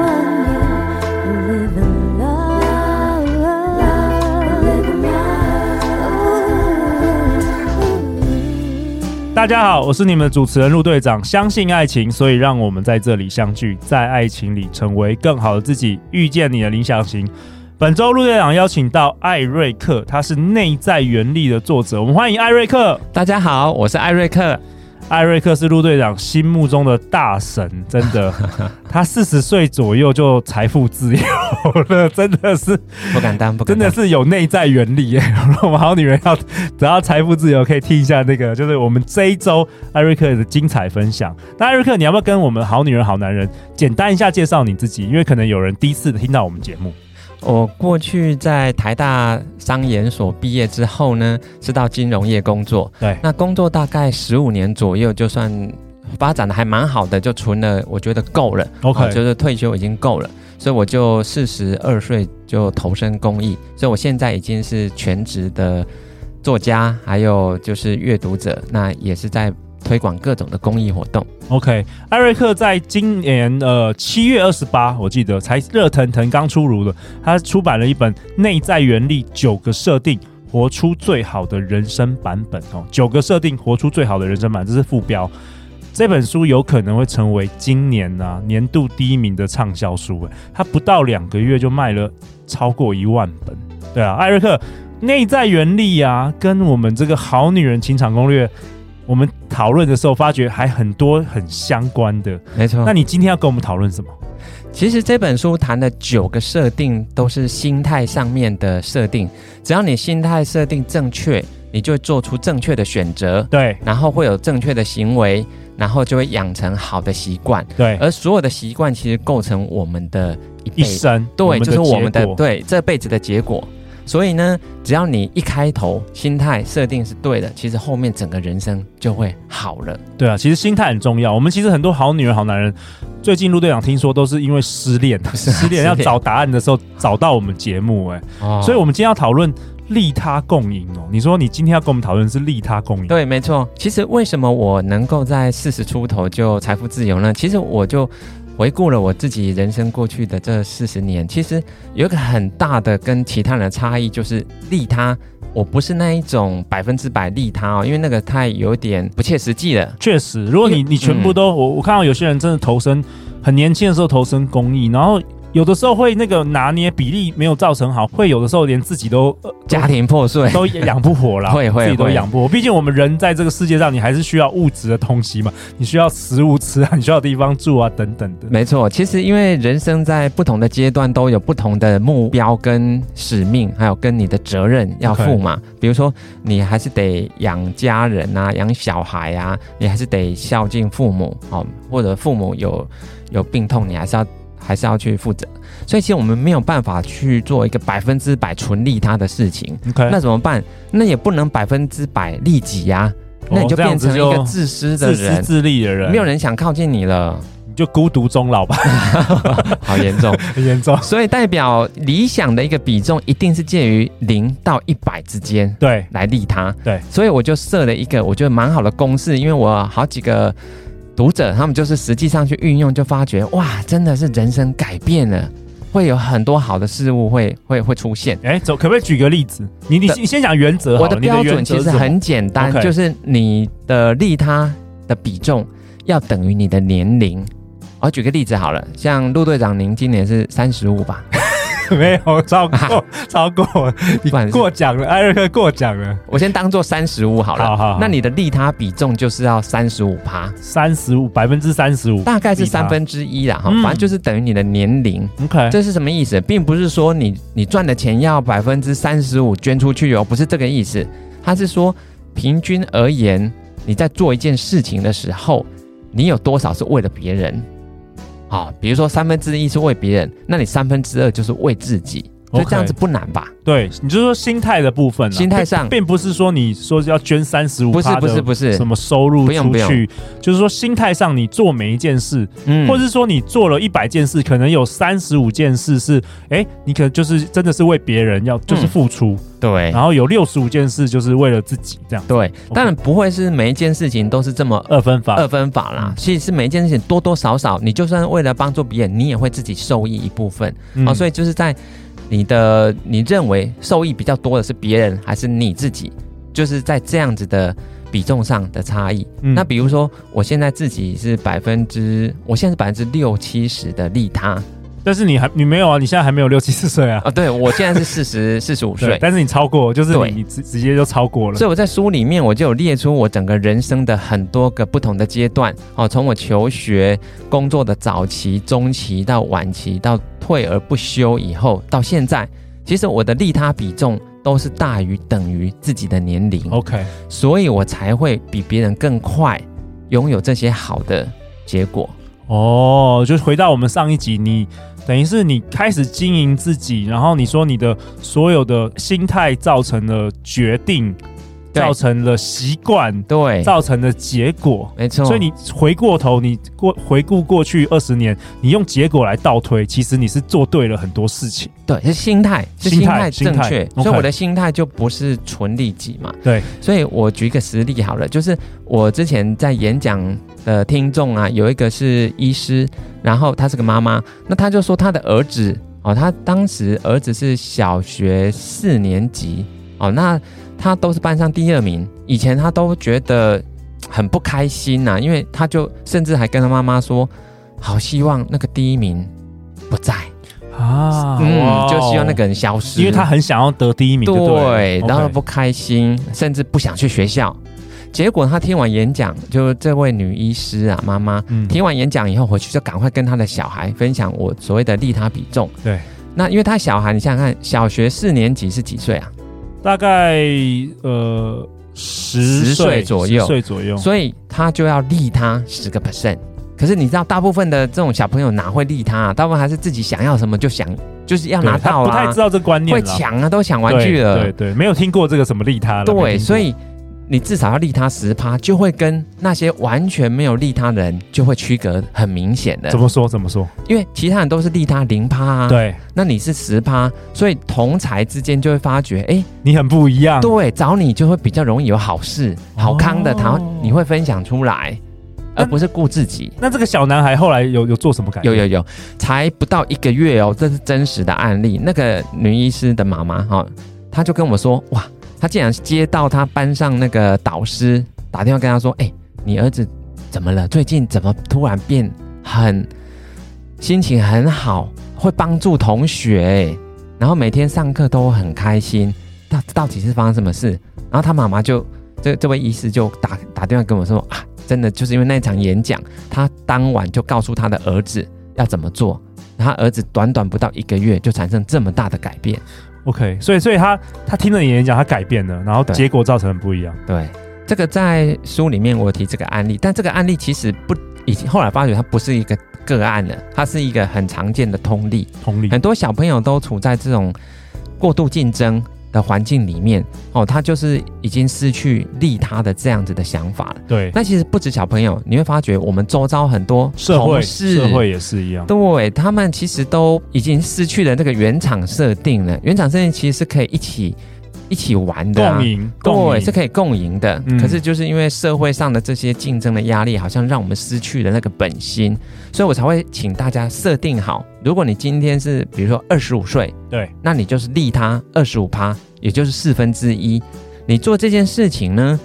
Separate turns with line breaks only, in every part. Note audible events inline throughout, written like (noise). love you, live in love, live in love.
大家好，我是你们的主持人陆队长。相信爱情，所以让我们在这里相聚，在爱情里成为更好的自己，遇见你的理想型。本周陆队长邀请到艾瑞克，他是《内在原力》的作者，我们欢迎艾瑞克。
大家好，我是艾瑞克。
艾瑞克是陆队长心目中的大神，真的，他四十岁左右就财富自由了，真的是
不敢当，不
真
敢
的
当。
是有内在原理耶、 (laughs) 我们好女人要只要财富自由，可以听一下那个，就是我们这一周艾瑞克的精彩分享。那艾瑞克，你要不要跟我们好女人、好男人简单一下介绍你自己？因为可能有人第一次听到我们节目。
我过去在台大商研所毕业之后呢，是到金融业工作。
对
那工作大概十五年左右，就算发展的还蛮好的，就存了，我觉得够了。
OK
啊就是退休已经够了，所以我就四十二岁就投身公益，所以我现在已经是全职的作家，还有就是阅读者，那也是在推广各种的公益活动。
OK，艾瑞克在今年呃七月二十八，我记得才热腾腾刚出炉的，他出版了一本《内在原力九个设定》。活出最好的人生版本哦，九个设定，活出最好的人生版，这是副标。这本书有可能会成为今年啊年度第一名的畅销书，诶它不到两个月就卖了超过一万本。对啊，艾瑞克，内在原力啊，跟我们这个好女人情场攻略，我们讨论的时候发觉还很多很相关的。
没错。
那你今天要跟我们讨论什么？
其实这本书谈的九个设定都是心态上面的设定，只要你心态设定正确，你就会做出正确的选择，
对
然后会有正确的行为，然后就会养成好的习惯。
对，
而所有的习惯其实构成我们的一辈
一生
对，就是我们的
结果
对这辈子的结果。所以呢，只要你一开头心态设定是对的，其实后面整个人生就会好了。
对啊，其实心态很重要。我们其实很多好女人、好男人，最近陆队长听说都是因为失恋，
是啊
失恋要
(laughs) 失恋
找答案的时候找到我们节目、哎、
哦
所以我们今天要讨论利他共赢哦。你说你今天要跟我们讨论是利他共赢，
对，没错。其实为什么我能够在四十出头就财富自由呢？其实我就回顾了我自己人生过去的这四十年，其实有一个很大的跟其他人的差异，就是利他。我不是那一种百分之百利他哦，因为那个太有点不切实际了。
确实，如果你
因为嗯
你全部都，我我看到有些人真的投身很年轻的时候投身公益，然后有的时候会那个拿捏比例没有造成好，会有的时候连自己都、呃
家庭破碎，
都养不活啦，
(laughs) 会会
自己都
会
养不活。毕竟我们人在这个世界上，你还是需要物质的东西嘛，你需要食物吃啊，你需要地方住啊，等等的。
没错，其实因为人生在不同的阶段都有不同的目标跟使命，还有跟你的责任要负嘛。比如说，你还是得养家人啊，养小孩啊，你还是得孝敬父母哦，或者父母有有病痛，你还是要还是要去负责。所以其实我们没有办法去做一个百分之百纯利他的事情，
OK，
那怎么办？那也不能百分之百利己呀、那你
哦
就
这样
变
子
成一个
就
自私的
自私
人，
自利的人，
没有人想靠近你了，
你就孤独终老吧，
好严重。
很严重。
所以代表理想的一个比重一定是介于零到一百之间
对，
来利他。
对，
所以我就设了一个我觉得蛮好的公式，因为我好几个读者他们就是实际上去运用，就发觉哇，真的是人生改变了，会有很多好的事物会会会出现。
哎，走，可不可以举个例子？你你
的
先先讲原则好
我
了，
的
你
标
原
准
则
其实
是什么
很简单，
OK
就是你的利他的比重要等于你的年龄。我举个例子好了，像陆队长您今年是三十五吧？
(laughs) 没有超过超过，你
不然是
过奖了，艾瑞克过奖了，
我先当做三十五好了。
好好好
那你的利他比重就是要三十五趴，
三十五百分之三十五
大概是
利他
三分之一啦，哈、
嗯哎
反正就是等于你的年龄。
，OK，
这是什么意思？并不是说你你赚的钱要百分之三十五捐出去哦，不是这个意思。它是说平均而言，你在做一件事情的时候，你有多少是为了别人？啊、比如说三分之一是为别人，那你三分之二就是为自己。所以
OK
这样子不难吧？
对，你就说心态的部分啦，
心态上
并并不是说你说是要捐三十五，
不是不是不是
什么收入
不用
出
不
去，就是说心态上你做每一件事，
嗯
或是说你做了一百件事，可能有三十五件事是，哎、你可能就是真的是为别人
嗯
要就是付出，
对
然后有六十五件事就是为了自己这样，
对，当然不会是每一件事情都是这么。
二分法，
二哦分法
嗯
啦，其实是每一件事情多多少少，你就算为了帮助别人，你也会自己受益一部分。
嗯
哦，所以就是在你的你认为受益比较多的是别人还是你自己，就是在这样子的比重上的差异。
嗯
那比如说，我现在自己是百分之，我现在是百分之六七十的利他啊、
但是你还你没有啊，你现在还没有六七十岁啊，
对我现在是四十四十五岁，
但是你超过，就是
对
你你直直接就超过了
所，以我在书里面我就有列出我整个人生的很多个不同的阶段哦，从我求学、工作的早期、中期到晚期，到退而不休以后，到现在，其实我的利他比重都是大于等于自己的年龄，
OK，
所以我才会比别人更快拥有这些好的结果。
哦，就是回到我们上一集，你等于是你开始经营自己，然后你说你的所有的心态造成了决定，
对
造成了习惯，
对，
造成了结果。
没错，
所以你回过头，你过回顾过去二十年，你用结果来倒推，其实你是做对了很多事情。
对，是心态，是
心
心
态
态
心
正
态
确，
OK
所以我的心态就不是纯利己嘛。
对，
所以我举一个实例好了，就是我之前在演讲的听众啊，有一个是医师，然后她是个妈妈，那她就说她的儿子哦，她当时儿子是小学四年级哦，那他都是班上第二名，以前他都觉得很不开心呐、啊因为他就甚至还跟他妈妈说，好希望那个第一名不在。
啊，哇
嗯，
哦
就希望那个人消失，
因为他很想要得第一名就了，
对，然后
OK
不开心，甚至不想去学校。结果他听完演讲，就这位女医师啊，妈妈
嗯
听完演讲以后，回去就赶快跟他的小孩分享我所谓的利他比重。
对，
那因为他小孩，你想想看，小学四年级是几岁啊？
大概呃十
10岁左右
10岁左右，
所以他就要利他十个 percent。可是你知道，大部分的这种小朋友哪会利他、啊？大部分还是自己想要什么就想，就是要
对
拿
他
到
不太
啦
知，道这观念
会
啦
抢啊，都抢玩具了。
对对对，没有听过这个什么利他了。没
对，
听过
所以你至少要利他十趴，就会跟那些完全没有利他的人就会区隔很明显的
怎，么说怎么说？
因为其他人都是利他零趴啊，，
对
那你是十趴，所以同才之间就会发觉，哎、
你很不一样。
对，找你就会比较容易有好事、好康的，
啊哦
然后你会分享出来，而不是顾自己。
那这个小男孩后来有有做什么改
有
变？
有有，才不到一个月哦，这是真实的案例。那个女医师的妈妈哈、她就跟我说，哇，她竟然接到她班上那个导师打电话跟她说，哎、你儿子怎么了？最近怎么突然变很心情很好，会帮助同学，哎然后每天上课都很开心，到到底是发生什么事？然后她妈妈就这这位医师就打打电话跟我说啊。真的就是因为那一场演讲，她当晚就告诉她的儿子要怎么做，然后他儿子短短不到一个月就产生这么大的改变。
OK，所以所以他他听了你演讲，他改变了，然后
对
结果造成不一样。
对，这个在书里面我有提这个案例，但这个案例其实不已经后来发觉它不是一个个案了，它是一个很常见的通例。
同理，
很多小朋友都处在这种过度竞争的环境里面，哦，他就是已经失去利他的这样子的想法了。
对
那其实不止小朋友，你会发觉我们周遭很多
社会
同事
社会也是一样。
对他们其实都已经失去了那个原厂设定了，原厂设定其实是可以一起一起玩的、啊
共。赢，共
对，
赢
是可以共赢的。
嗯
可是就是因为社会上的这些竞争的压力，好像让我们失去了那个本心，所以我才会请大家设定好。如果你今天是比如说二十五岁，
对，
那你就是利他二十五趴，也就是四分之一。你做这件事情呢，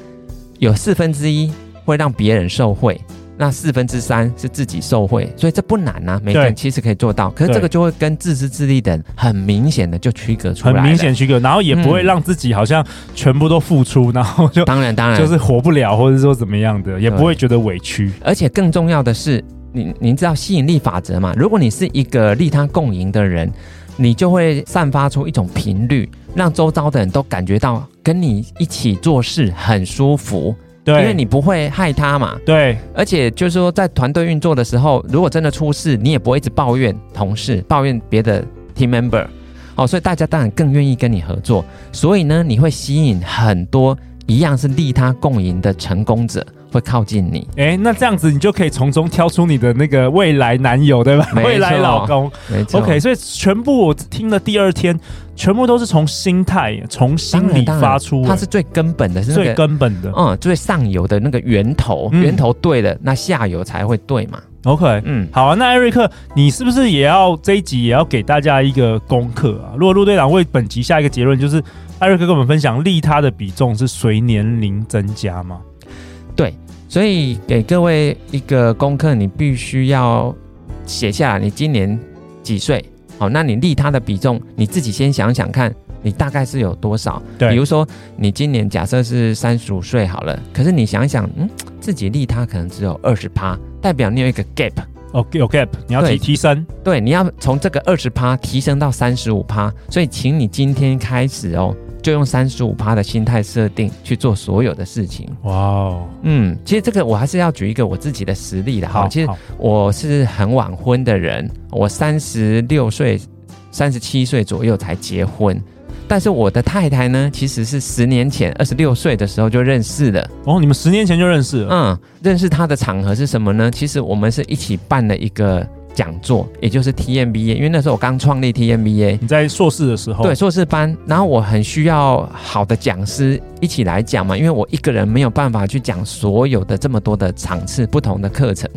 有四分之一会让别人受惠，那四分之三是自己受惠，所以这不难啊，每个人
对
其实可以做到。可是
对
这个就会跟自私自利的人很明显的就区隔出来
很
了
明。显区隔，然后也不会
嗯
让自己好像全部都付出，然后就
(laughs) 当然，当然，
就是活不了，或者说怎么样的，也不会觉得委屈。
而且更重要的是，你您知道吸引力法则嘛？如果你是一个利他共赢的人，你就会散发出一种频率，让周遭的人都感觉到跟你一起做事很舒服，因
对，
为你不会害他嘛。
对
而且就是说，在团队运作的时候，如果真的出事，你也不会一直抱怨同事、抱怨别的 team member。哦，所以大家当然更愿意跟你合作，所以呢，你会吸引很多一样是利他共赢的成功者会靠近你。
哎，那这样子你就可以从中挑出你的那个未来男友，对吧？
没
(laughs)
错
未来老公。
没错
OK，所以全部我听了第二天，全部都是从心态、从
当
心
然
里
当然
发出，
它是最根本的，是那
最
个
根本的。
嗯，最上游的那个源头，
嗯
源头对了，那下游才会对嘛。
OK，
嗯，
好啊，那艾瑞克，你是不是也要这一集也要给大家一个功课啊？如果陆队长为本集下一个结论，就是艾瑞克跟我们分享利他的比重是随年龄增加吗？
对，所以给各位一个功课，你必须要写下来，你今年几岁？好，那你利他的比重，你自己先想想看，你大概是有多少？
对
比如说你今年假设是三十五岁好了，可是你想想，嗯，自己利他可能只有二十趴，代表你有一个 gap。
哦，有 gap，你要提
对
提升，
对，你要从这个二十趴提升到三十五趴，所以请你今天开始哦，就用三十五趴的心态设定去做所有的事情。
哇哦，
嗯，其实这个我还是要举一个我自己的实例的哈。其实
好
我是很晚婚的人，我三十六岁、三十七岁左右才结婚，但是我的太太呢，其实是十年前二十六岁的时候就认识了。
哦，你们十年前就认识了，
嗯，认识他的场合是什么呢？其实我们是一起办了一个讲座，也就是 TMBA，因为那时候我刚创立 TMBA，
你在硕士的时候，
对，硕士班，然后我很需要好的讲师一起来讲嘛，因为我一个人没有办法去讲所有的这么多的场次、不同的课程，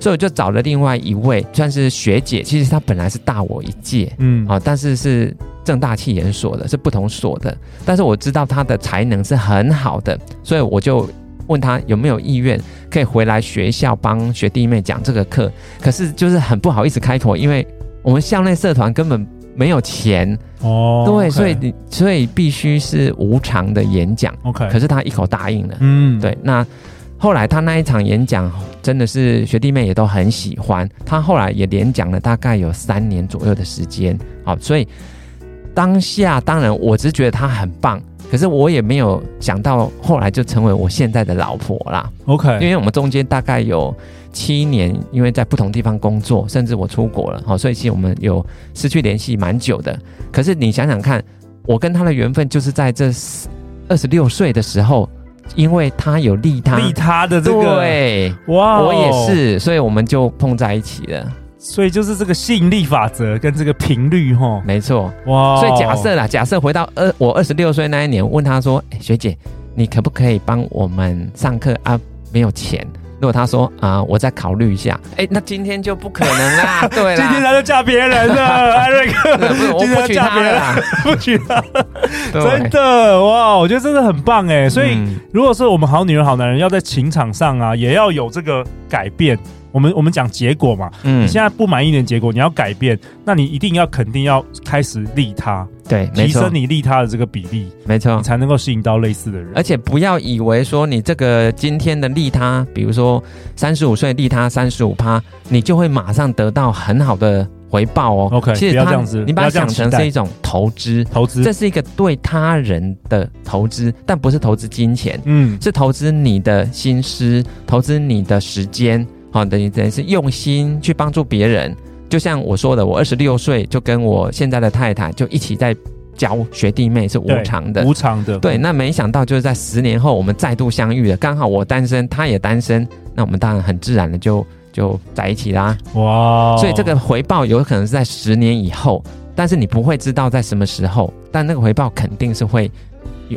所以我就找了另外一位算是学姐，其实她本来是大我一届，
嗯，
啊，但是是正大气研所的，是不同所的。但是我知道他的才能是很好的，所以我就问他有没有意愿可以回来学校帮学弟妹讲这个课。可是就是很不好意思开口，因为我们校内社团根本没有钱，
哦，
对
OK，
所以你所以必须是无偿的演讲。
OK，
可是他一口答应了。
嗯，
对，那后来他那一场演讲真的是学弟妹也都很喜欢，他后来也连讲了大概有三年左右的时间，好，所以当下当然我只是觉得他很棒，可是我也没有想到后来就成为我现在的老婆啦，因
，OK，
为我们中间大概有。七年，因为在不同地方工作，甚至我出国了，好，所以其实我们有失去联系蛮久的。可是你想想看，我跟他的缘分就是在这二十六岁的时候，因为他有利他，
利他的这个，
对，
哇哦
我也，是，所以我们就碰在一起了。
所以就是这个吸引力法则跟这个频率，吼，
没错，
哇哦，
所以假设啦，假设回到二我二十六岁那一年，问他说：“哎、学姐，你可不可以帮我们上课啊？没有钱。”如果他说啊、我再考虑一下，哎、那今天就不可能 (laughs) 啦，对
今天
啦，
他就嫁别人
(laughs)
了，艾瑞克，
对 (laughs) 不是我
今天他
不娶
嫁
她
别
了
人，
啦，
不娶她，真
对，
的哇，哦我觉得真的很棒哎，所以。
嗯
如果是我们好女人、好男人要在情场上啊，也要有这个改变。我们我们讲结果嘛，
嗯
你现在不满意你的结果，你要改变，那你一定要肯定要开始利他，
对，
提
没错
升，你利他的这个比例，
没错
你，才能够吸引到类似的人。
而且不要以为说你这个今天的利他，比如说三十五岁利他三十五趴，你就会马上得到很好的回报哦。
OK，
其实
不要
它
这样子
你
不
把它
要这样
想
期
成
待
是一种投资，
投资
这，是一个对他人的投资，但不是投资金钱，
嗯，
是投资你的心思，投资你的时间，好、等于等于是用心去帮助别人。就像我说的，我二十六岁就跟我现在的太太就一起在教学弟妹，是无
对
偿的，
无偿的，
对，那没想到就是在十年后我们再度相遇了，刚好我单身，他也单身，那我们当然很自然的就就在一起啦。
哇，哦
所以这个回报有可能是在十年以后，但是你不会知道在什么时候，但那个回报肯定是会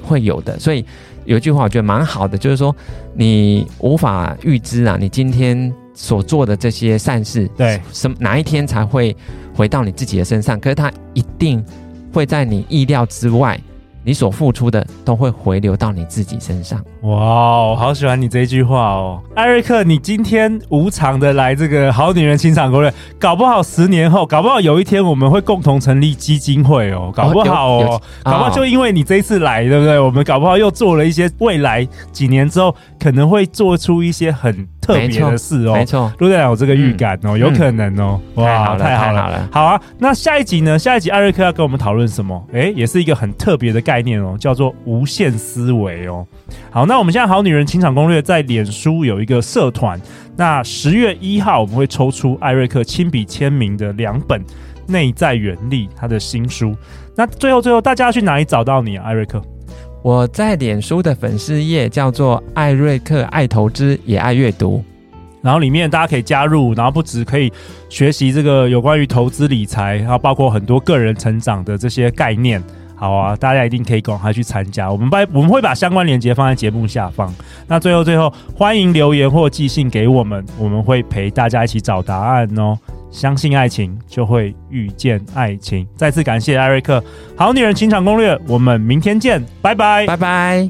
会有的。所以有一句话我觉得蛮好的，就是说你无法预知啊，你今天所做的这些善事，
对
什么哪一天才会回到你自己的身上？可是它一定会在你意料之外，你所付出的都会回流到你自己身上。
哇，我好喜欢你这一句话哦，艾瑞克，你今天无偿的来这个好女人情场攻略，搞不好十年后，搞不好有一天我们会共同成立基金会哦，搞不好
有有
哦，搞
啊
不好就因为你这一次来，对不对？我们搞不好又做了一些未来几年之后可能会做出一些很特别的事哦
没。错，嗯
陆队长有这个预感哦，有可能哦，
太好了，
太好
太
了
好。了。
好啊，那下一集呢？下一集艾瑞克要跟我们讨论什么？诶，也是一个很特别的概念哦，叫做无限思维哦。好，那我们现在好女人情场攻略在脸书有一个社团，那十月一号我们会抽出艾瑞克亲笔签名的两本。内在原力》他的新书。那最后最后，大家要去哪里找到你啊，艾瑞克？
我在脸书的粉丝页叫做“艾瑞克爱投资也爱阅读
然后里面大家可以加入，然后不只可以学习这个有关于投资理财，然后包括很多个人成长的这些概念。好啊，大家一定可以赶快去参加。我们把我们会把相关链接放在节目下方。那最后最后，欢迎留言或寄信给我们，我们会陪大家一起找答案哦。相信爱情，就会遇见爱情。再次感谢艾瑞克，《好女人情场攻略》，我们明天见，拜拜”。。
拜拜。